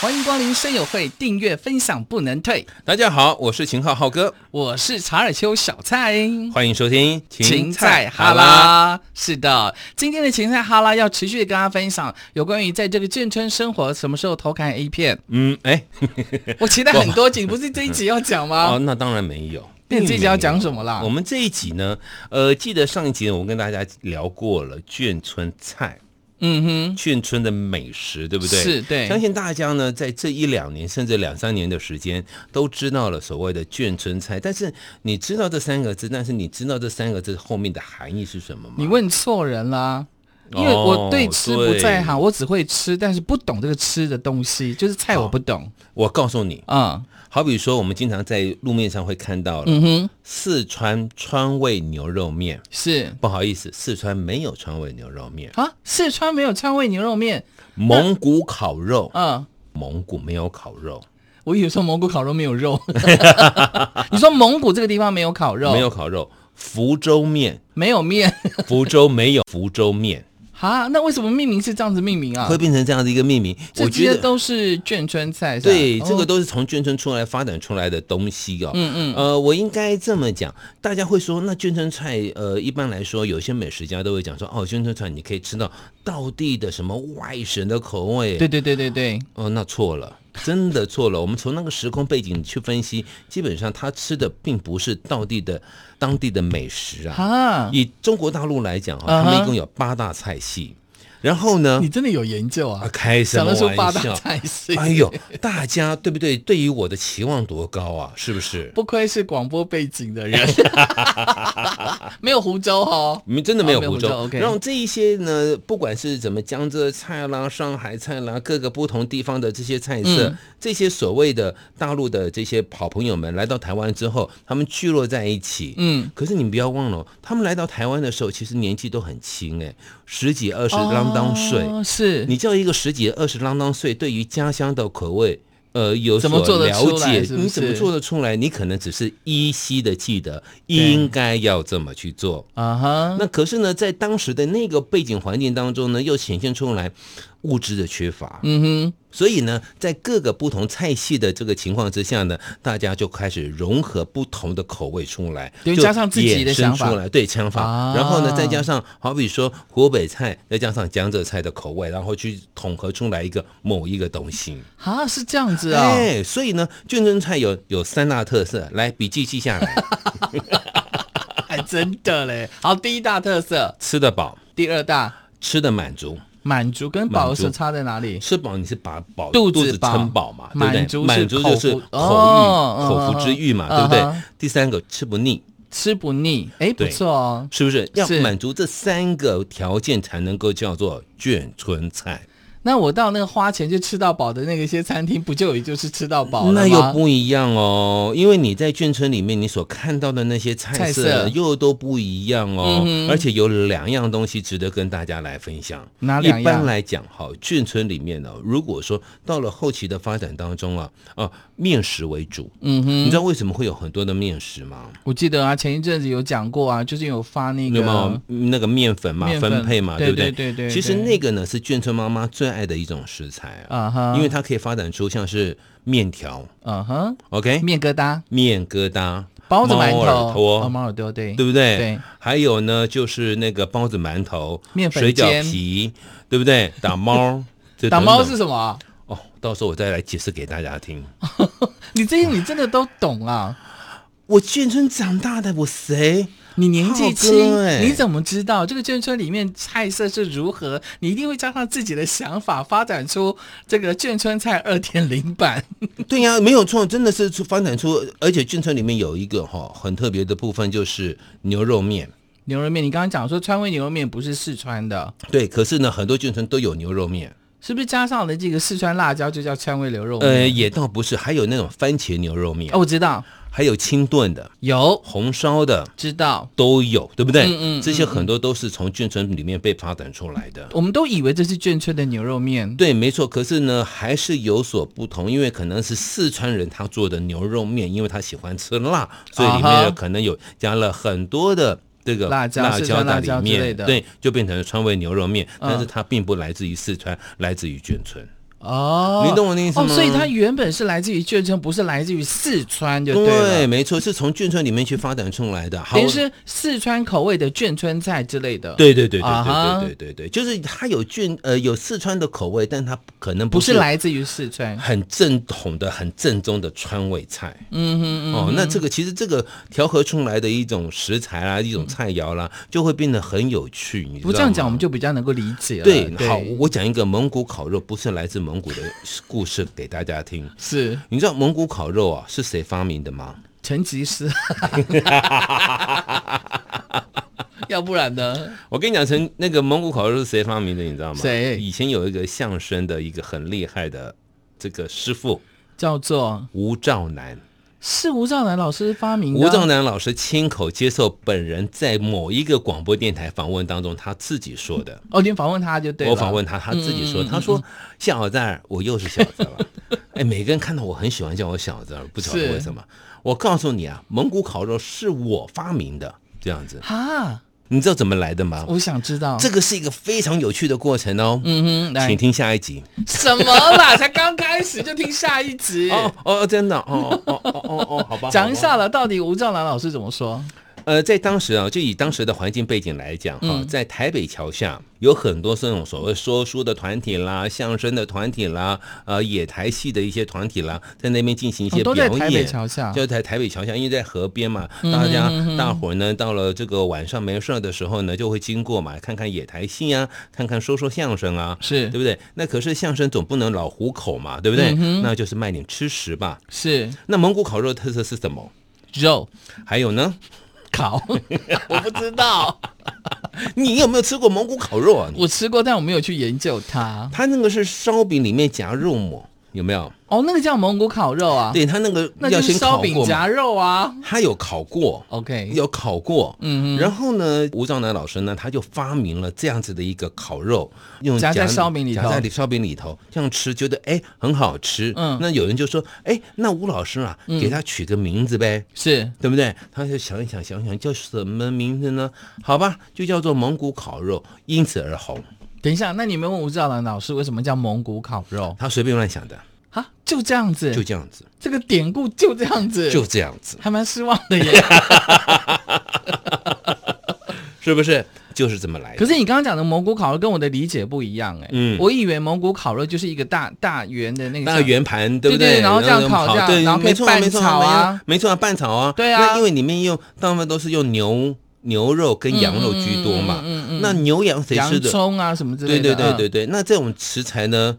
欢迎光临声友会，订阅分享不能退。大家好，我是秦昊浩哥，我是查尔丘小蔡。欢迎收听芹菜哈拉，是的，今天的芹菜哈拉要持续地跟大家分享有关于在这个眷村生活什么时候偷看 A 片。嗯，哎，我期待 很多集，你不是这一集要讲吗？哦，那当然没有。那你这一集要讲什么？么啊啦我？们这一集呢，呃，记得上一集我跟大家聊过了眷村菜，嗯眷村的美食，对不对？是对相信大家呢，在这一两年甚至两三年的时间，都知道了所谓的眷村菜。但是你知道这三个字，但是你知道这三个字后面的含义是什么吗哼，？你问错人啦。因为我对吃不在行，哦我只会吃，但是不懂这个吃的东西，就是菜我不懂。对我告诉你，嗯好比说我们经常在路面上会看到了，嗯哼，四川川味牛肉面。是不好意思，四川没有川味牛肉面，啊，四川没有川味牛肉面。蒙古烤肉，嗯，蒙古没有烤肉，我以为说蒙古烤肉没有肉， 你说蒙古这个地方没有烤肉，没有烤肉。福州面，没有面， 福州没有福州面，哈，那为什么命名是这样子命名啊会？变成这样的一个命名。这我觉些得都是眷村菜，是吧对，这个哦都是从眷村出来发展出来的东西哦。嗯嗯呃，我应该这么讲，大家会说，那眷村菜，呃，一般来说，有些美食家都会讲说，哦，眷村菜你可以吃到道地的什么外省的口味，对对对对对，哦，那错了，真的错了。我们从那个时空背景去分析，基本上他吃的并不是当地的当地的美食啊。哈，以中国大陆来讲啊啊，哈他们一共有八大菜系，然后呢你，真的有研究啊啊？开什想么得出八玩大笑？菜系，哎呦，大家对不对？对于我的期望多高啊？是不是？不愧是广播背景的人，没有湖州哦。你们真的没有啊没有湖湖州州。 ，OK 然后这一些呢，不管是怎么江浙菜啦、上海菜啦，各个不同地方的这些菜色，嗯这些所谓的大陆的这些好朋友们来到台湾之后，他们聚落在一起。嗯，可是你不要忘了哦，他们来到台湾的时候，其实年纪都很轻哎，十几二十啷当岁。哦是你叫一个十几二十啷当岁，对于家乡的口味，呃，有怎么所做得了出来解，是不你怎么是做得出来？你可能只是依稀的记得应该要这么去做。啊哈，那可是呢，在当时的那个背景环境当中呢，又显现出来物质的缺乏，嗯所以呢，在各个不同菜系的这个情况之下呢，大家就开始融合不同的口味出来，对就加上自己的衍想生法出来，对想法，啊然后呢，再加上好比说湖北菜，再加上江浙菜的口味，然后去统合出来一个某一个东西。哼，啊是这样子啊、哎，所以呢，眷村菜有有三大特色，来笔记记下来： 哎真的嘞。好，第一大特色，吃得饱，第二大吃得满足。满足跟饱满足是差在哪里？吃饱你是把饱肚子子饱撑饱嘛，对不满对？足是满足口就是腹口欲、哦嗯口腹之欲嘛，嗯对不嗯对哼？第三个吃不腻，吃不腻，哎不对错哦。是不是要是满足这三个条件才能够叫做眷村菜？那我到那个花钱就吃到饱的那个一些餐厅，不就也就是吃到饱了吗？那又不一样哦，因为你在眷村里面你所看到的那些菜菜色色又都不一样哦，嗯哼而且有两样东西值得跟大家来分享。哪两样一般来讲哈，眷村里面呢、如果说到了后期的发展当中啊，啊，面食为主，嗯哼，你知道为什么会有很多的面食吗？我记得啊，前一阵子有讲过啊，就是有发那那么个那个面粉嘛，面粉分配嘛，对不对？对对对对其实那个呢是眷村妈妈最爱的一种食材啊，啊哈，因为它可以发展出像是面条啊哈，OK，面疙瘩、面疙瘩、包子、馒猫耳头、哦朵，猫耳朵，对对不对？对。还有呢，就是那个包子、馒头、面粉水煎饺皮，对不对？打 猫，这打等猫等是什么啊？哦，到时候我再来解释给大家听。你这些你真的都懂啊？我眷村长大的，我谁？你年纪浩哥轻，哎你怎么知道这个眷村里面菜色是如何？你一定会加上自己的想法，发展出这个眷村菜二点零版。 对呀、没有错，真的是出发展出，而且眷村里面有一个哈、很特别的部分，就是牛肉面。牛肉面，你刚刚讲说川味牛肉面不是四川的，对，可是呢，很多眷村都有牛肉面。是不是加上了这个四川辣椒就叫川味牛肉面？呃，也倒不是，还有那种番茄牛肉面，哦，我知道，还有清炖的、有红烧的知道，都有，对不对？嗯嗯这些很多都是从眷村里面被发展出来的。我们都以为这是眷村的牛肉面，对，没错。可是呢，还是有所不同，因为可能是四川人他做的牛肉面，因为他喜欢吃辣，所以里啊面哈呢可能有加了很多的。这个辣椒四川在辣椒里之类面，的对，就变成了川味牛肉面，嗯但是它并不来自于四川，来自于眷村。哦，你懂我的意思吗哦，所以它原本是来自于眷村，不是来自于四川，就了。没错，是从眷村里面去发展出来的。好等于是四川口味的眷村菜之类的。，对对对对啊哈对对对对对，就是它有眷呃有四川的口味，但它可能不是是来自于四川。很正统的、很正宗的川味菜。嗯哼，哦，那这个其实这个调和出来的一种食材啦、一种菜肴啦，就会变得很有趣。你知道不这样吗讲我们就比较能够理解了。对，好，我讲一个蒙古烤肉不是来自蒙古的故事给大家听。是你知道蒙古烤肉啊是谁发明的吗？成吉思汗， 要不然呢？我跟你讲，成那个蒙古烤肉是谁发明的？你知道吗？谁以前有一个相声的一个很厉害的这个师傅叫做吴兆南，是吴兆南老师发明的。吴兆南老师亲口接受本人在某一个广播电台访问当中他自己说的。哦，你访问他就对嗯了。我访问他，他自己说，他说小子儿，我又是小子了。哎，每个人看到我很喜欢叫我小子儿，不晓得是为什么。我告诉你啊，蒙古烤肉是我发明的，这样子，哈，你知道怎么来的吗？我想知道这个是一个非常有趣的过程哦。嗯嗯哼，来请 听下一集。什么啦？才刚开始就听下一集。哦哦，真的哦哦哦哦哦， 好吧。讲一好吧下了，到底吴兆南老师怎么说？呃，在当时啊，就以当时的环境背景来嗯讲哈、在台北桥下有很多这种所谓说书的团体啦、相声的团体啦、呃野台戏的一些团体啦，在那边进行一哦些都表在演。台北桥下嗯就在台北桥下，因为在河边嘛，大家大伙儿呢到了这个晚上没事儿的时候呢，就会经过嘛，看看野台戏啊，看看说说相声啊，是嗯对不对？那可是相声总不能老糊口嘛，对不对？那就是卖点吃食吧。是那蒙古烤肉特色是什么？肉还有呢？ 烤，我不知道，你有没有吃过蒙古烤肉啊？我吃过，但我没有去研究它。它那个是烧饼里面夹肉末，有没有？哦，那个叫蒙古烤肉啊，对，它那个那要就是先烤烧饼嗯过嘛，夹肉啊。它有烤过。 OK，有烤过，嗯，然后呢，吴兆南老师呢，他就发明了这样子的一个烤肉，用夹在烧饼里头夹在烧饼里头，这样吃觉得哎很好吃，嗯那有人就说，哎，那吴老师啊，给他取个名字呗，是对不对？他就想一想，想一想叫什么名字呢？好吧，就叫做蒙古烤肉，因此而红。等一下，那你们问吴兆南老师为什么叫蒙古烤肉？他随便乱想的，哈，就这样子，就这样子，这个典故就这样子，就这样子。还蛮失望的 耶。是不是？就是这么来可的。是你刚刚讲的蒙古烤肉跟我的理解不一样哎、嗯我以为蒙古烤肉就是一个大大圆的那个那像圆盘对不对对然然后后这样烤烤，这样对，然后可以没错拌没错炒啊没错，拌炒啊，对啊那因为里面用大部分都是用牛牛肉跟羊肉居多嘛，嗯嗯嗯嗯嗯那牛羊谁吃洋的？葱啊什么之类对的，对对嗯对对，那这种食材呢？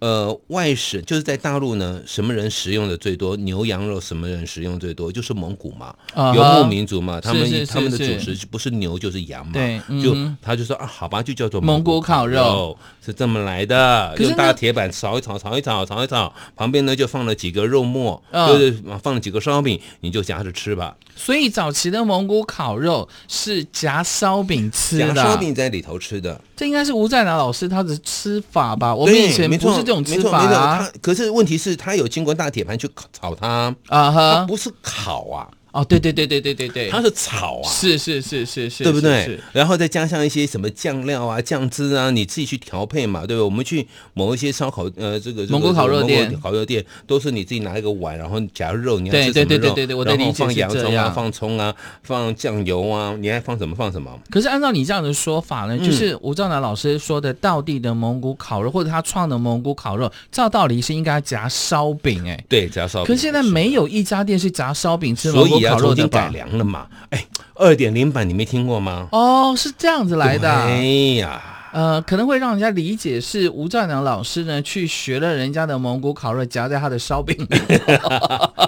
呃，外食就是在大陆呢，什么人食用的最多？牛羊肉什么人食用最多？就是蒙古嘛，啊哈游牧民族嘛，他们是是他们的是主食不是牛就是羊嘛，对嗯就哼他就说啊，好吧，就叫做蒙古烤肉肉是这么来的，可是用那大铁板炒一炒，炒一炒，炒一炒，旁边呢就放了几个肉末，嗯对对，放了几个烧饼，你就夹着吃吧，所以早期的蒙古烤肉是夹烧饼吃夹的，啊烧饼在里头吃的，这应该是吴在南老师他的吃法吧？我我们以前不是这种吃法没错没错啊它可是问题是，它有经过大铁盘去烤炒它，啊它哈！不是烤啊，哦，对对对对对对对，它是炒啊。是是是是是，对不是对是？然后再加上一些什么酱料啊、酱汁啊，你自己去调配嘛，对不对？我们去某一些烧烤，呃，这个这个蒙古烤肉店蒙古烤肉店都是你自己拿一个碗，然后夹肉，你要对吃什么肉？对对对对对我的然后理解放是洋这葱啊样，放葱啊，放酱油啊，你爱放什么放什么。可是按照你这样的说法嗯呢，就是吴兆南老师说的道地的蒙古烤肉，或者他创的蒙古烤肉，照道理是应该夹烧饼哎、对，只要烧饼。啊可是现在没有一家店是夹烧饼吃所蒙古以要烤重肉的新改吧？良了嘛。哎，二点零版你没听过吗？哦，是这样子来的啊。哎呀，呃，可能会让人家理解是吴兆良老师呢去学了人家的蒙古烤肉，夹在他的烧饼里。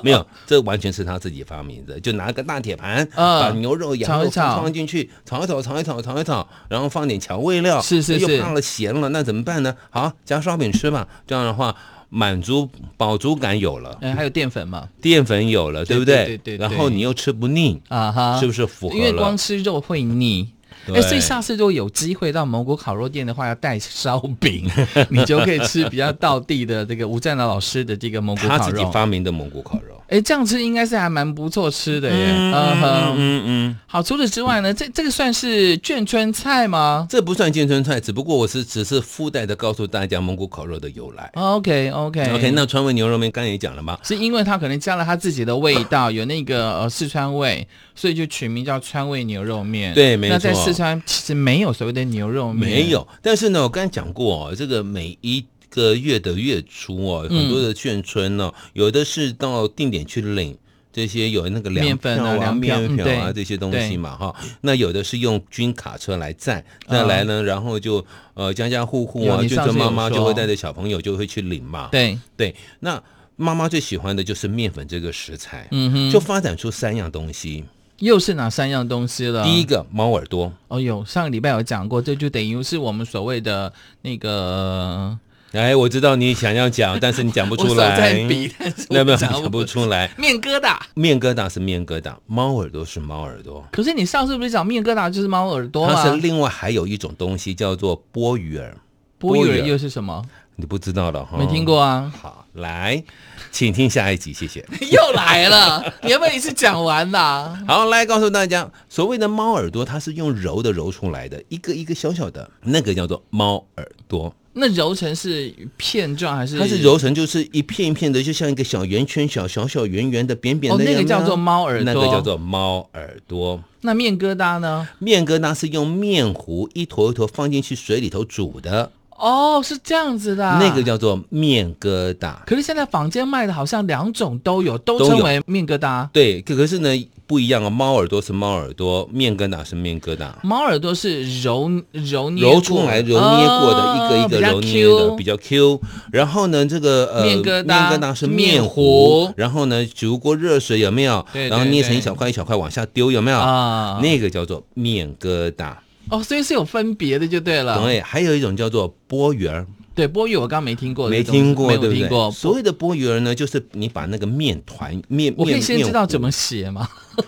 没有，这完全是他自己发明的，就拿个大铁盘，嗯把牛肉、羊炒一肉炒放进去，炒一炒，炒一炒，炒一炒，然后放点调味料，是是是又怕了咸了，那怎么办呢？好，夹烧饼吃嘛，这样的话。满足饱足感有了，嗯，还有淀粉嘛，淀粉有了，对不对对？对对对然后你又吃不腻，啊哈，是不是符合了？因为光吃肉会腻。哎，对所以下次如果有机会到蒙古烤肉店的话，要带烧饼， 你就可以吃比较道地的这个吴占老老师的这个蒙古他烤自己肉。发明的蒙古烤肉。哎，这样吃应该是还蛮不错吃的耶。嗯嗯哼，嗯嗯，好，除此之外呢，这这个算是眷村菜吗这不算健身菜，只不过我是只是附带的告诉大家蒙古烤肉的由来。 ？OK OK OK，那川味牛肉面刚才也讲了嘛，是因为它可能加了它自己的味道，有那个呃四川味，所以就取名叫川味牛肉面。对没那在错四川其实没有所谓的牛肉面，没。有，但是呢，我刚才讲过、哦，这个每一。个月的月初哦，嗯很多的眷村哦，有的是到定点去领这些有那个面粮粉票啊啊、粮票面嗯粉啊对这些东西嘛哈。那有的是用军卡车来载，再来呢，然后就呃家家户嗯户有啊，你眷上次村妈有妈就说会带着小朋友就会去领嘛。对，对，那妈妈最喜欢的就是面粉这个食材，嗯哼，就发展出三样东西。又是哪三样东西了？第一，个猫耳朵，哦有上个礼拜有讲过，这就等于是我们所谓的那个，呃哎，我知道你想要讲，但是你讲不我出手在来，比，但 是那我没有讲讲不出来。面疙瘩。面疙瘩是面疙瘩，猫耳朵是猫耳朵，可是你上次不是讲面疙瘩就是猫耳朵它是吗？另外还有一种东西叫做波鱼耳，波鱼波鱼耳耳又是什么？你不知道了哈？没听。过 啊，好，来，请听下一集，谢谢。又来了， 你要不要一次讲完啊啦、好，来告诉大家，所谓的猫耳朵，它是用揉的揉出来的，一个一个小小的，那个叫做猫耳朵。那揉成是片状还是？它是揉成就是一片一片的，就像一个小圆圈，小小小圆圆的，扁扁哦的、，啊那个叫做，猫耳朵，那个叫。做猫耳朵。那面疙瘩呢？面疙瘩是用面糊一坨一坨放进去水里头煮的，哦，是这样子的啊、那个叫做面疙瘩。可是现在坊间卖的好像两种都有，都都有称为面疙瘩。对，可可是呢不一样啊，猫耳朵是猫耳朵，面疙瘩是面疙瘩。猫耳朵是揉揉捏揉出来、揉捏过的，一个一个揉捏的，嗯哦比较 Q 较 Q。然后呢，这个呃面疙瘩是面面糊糊，然后呢煮过热水有没有？对然后对捏成对一小块一小块往下丢有没有？啊。那个叫做面疙瘩，哦，所以是有分别的就对了。对，还有一种叫做波圆儿，对，波鱼我刚没听过的没这种东西，听过，没对有不听过对？。所谓的波圆儿呢，就是你把那个面团面，我可以面先知道怎么面写吗？糊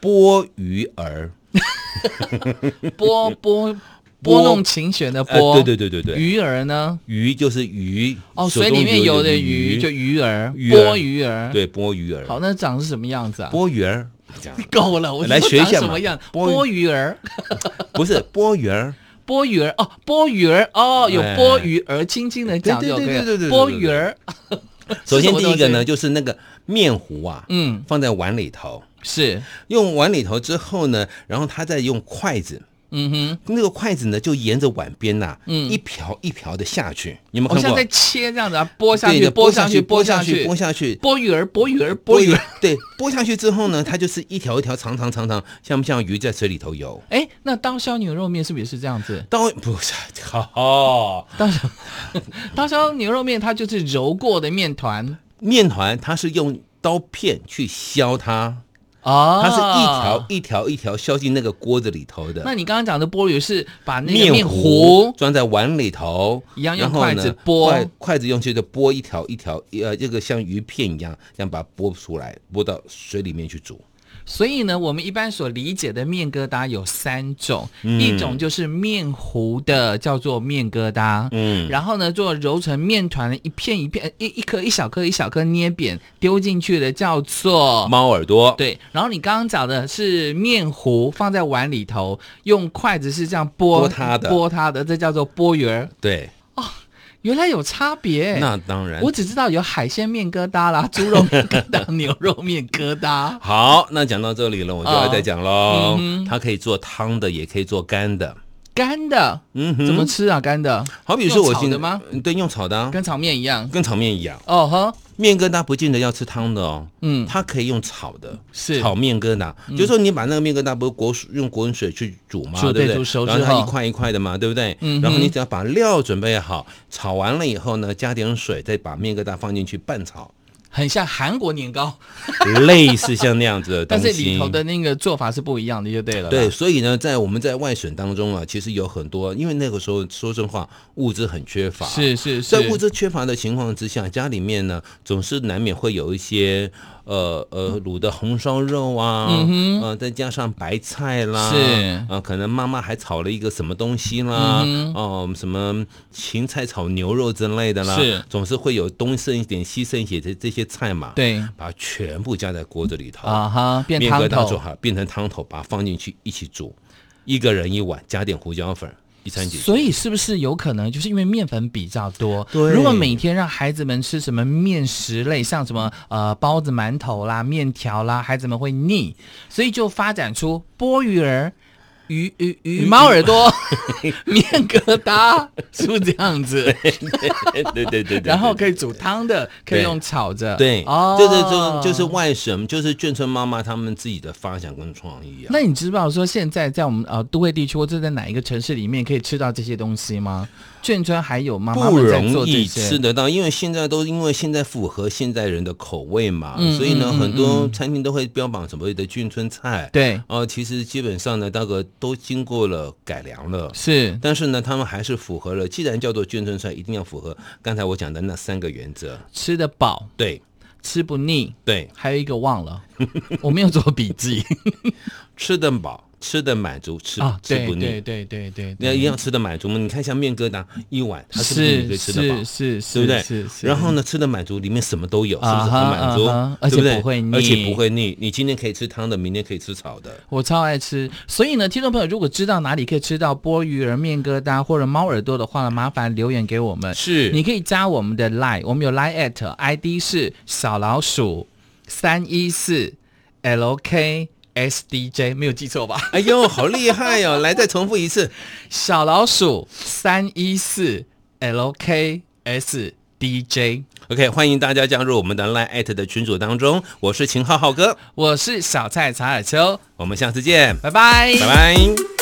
波鱼儿，波 波 拨波弄琴弦的呃波，对对对对对，鱼儿呢？鱼就是鱼，哦，手水中里面游游的鱼鱼就鱼儿，鱼儿波鱼儿。，对波鱼儿，好，那长是什么样子啊？波圆 儿这样，够了，我来说学一长下什嘛么样？波鱼波鱼儿， 不是波圆儿。波鱼儿哦，波鱼儿哦，有哎波鱼儿，轻轻的讲对就可对以对对对了。对波鱼儿，首先是什么第一个东呢，西就是那个面糊啊，嗯，放在碗里头，是，用碗里头之后呢，然后他再用筷子，嗯哼，那个筷子呢就沿着碗边呐、嗯哦一瓢一瓢的下去，你有没我有看像过在？切这样子啊，剥下对去，的，剥剥下下去，剥去，剥下下去去，，剥下去，波鱼儿，波鱼儿，波鱼儿。对，剥下去之后呢，它就是一条一条长长长长，像不像鱼在水里头游？哎，那刀削牛肉面是不是也是这样子？当不是 好刀削刀削牛肉面它就是揉过的面团面团，它是用刀片去削它，哦，它是一条。一条一条削进那个锅子里头的。那你刚刚讲的波鱼是把那个面面糊装在碗里头，一样用然后呢筷子拨筷筷子用去的拨一条一条，呃，这个像鱼片一样，这样把它拨出来，拨到水里面去煮。所以呢，我们一般所理解的面疙瘩有三种，嗯一种就是面糊的，叫做面疙瘩。嗯，然后呢，做揉成面团，一片一片，呃一一颗一小颗一小颗捏扁丢进去的叫做猫耳朵，，对。然后你刚刚讲的是面糊放在碗里头，用筷子是这样拨拨它的拨它的，这叫做拨圆儿。对，原来有差别。那当然我。只知道有海鲜面疙瘩啦，猪肉面疙 瘩，牛肉面疙瘩。好，那讲到这里了，我就要再讲喽嗯。哼它可以做汤的，也可以做干的。干的，嗯哼，怎么吃啊？干的，好比说我用现炒在的吗？？对，用炒的、啊，跟炒面一样。跟炒面一样，哦呵，面疙瘩不见得要吃汤的哦，嗯，它可以用炒的，是嗯炒面疙瘩，就是说你把那个面疙瘩不是滚水用滚水去煮嘛，煮对对不煮熟对？之然后它后一块一块的嘛，对不对？嗯哼然后你只要把料准备好，炒完了以后呢，加点水，再把面疙瘩放进去拌炒，很像韩国年糕，类似像那样子的东但西。是里头的那个做法是不一样的，就对了。对，，所以呢，在我们在外省当中啊，其实有很多，因为那个时候说真话，物资很缺乏，是是在是物，资缺乏的情况之下，家里面呢总是难免会有一些呃呃卤的红烧肉啊，嗯呃再加上白菜啦，是啊、可能妈妈还炒了一个什么东西啦，嗯哦、什么芹菜炒牛肉之类的啦，是总是会有东剩一点西剩一点这这些菜嘛，，对把它全部加在锅子里头啊哈，变面汤疙瘩做头。好，变成汤头，把它放进去一起煮，一个人一碗，加点胡椒粉，一餐解决。所以是不是有可能，就是因为面粉比较多？对如果每天让孩子们吃什么面食类，像什么呃包子、馒头啦、面条啦，孩子们会腻，所以就发展出波鱼儿、鱼鱼鱼猫耳朵、 面疙瘩，是不是这样子？ 对对对对对，然后可以煮汤的，可以对用炒着。对，哦，这个就就是外省，就是眷村妈妈他们自己的发想跟创意啊。那你知道说现在在我们呃都会地区或者在哪一个城市里面可以吃到这些东西吗？眷村还有妈妈不们在做容这易些吃得到，因为现在都因为现在符合现在人的口味嘛，嗯所以呢，嗯嗯很多餐厅都会标榜所谓的眷村菜。对，哦、其实基本上呢，大概都经过了改良了。是但是呢，他们还是符合了，既然叫做眷村菜，一定要符合刚才我讲的那三个原则。吃得饱，对吃不腻，对，还有一个忘 了，我没有做笔记吃得饱，吃得满足，吃、啊。吃对不对腻。对对对那一对，样吃得满足嘛？你看像面疙瘩一碗，它是不是是你可以吃得饱是？是是，对不对？是是。然后呢，吃的满足，里面什么都有，是不啊是很哈满足？啊哈而且对不对不会腻而且不会腻。你今天可以吃汤的，明天可以吃炒的。我超爱吃，所以呢，听众朋友如果知道哪里可以吃到波鱼儿、面疙瘩或者猫耳朵的话呢，麻烦留言给我们。是你可以加我们的 line，我们有 line at ID 是小老鼠三一四 LKSDJ，没有记错 吧？ 哎呦，好厉害哦！ 来，再重复一次。小老鼠三一四 LKSDJ， OK，欢迎大家加入我们的 Line at 的群组当中，我是秦浩浩哥，我是小蔡查尔秋，我们下次见，拜拜，拜拜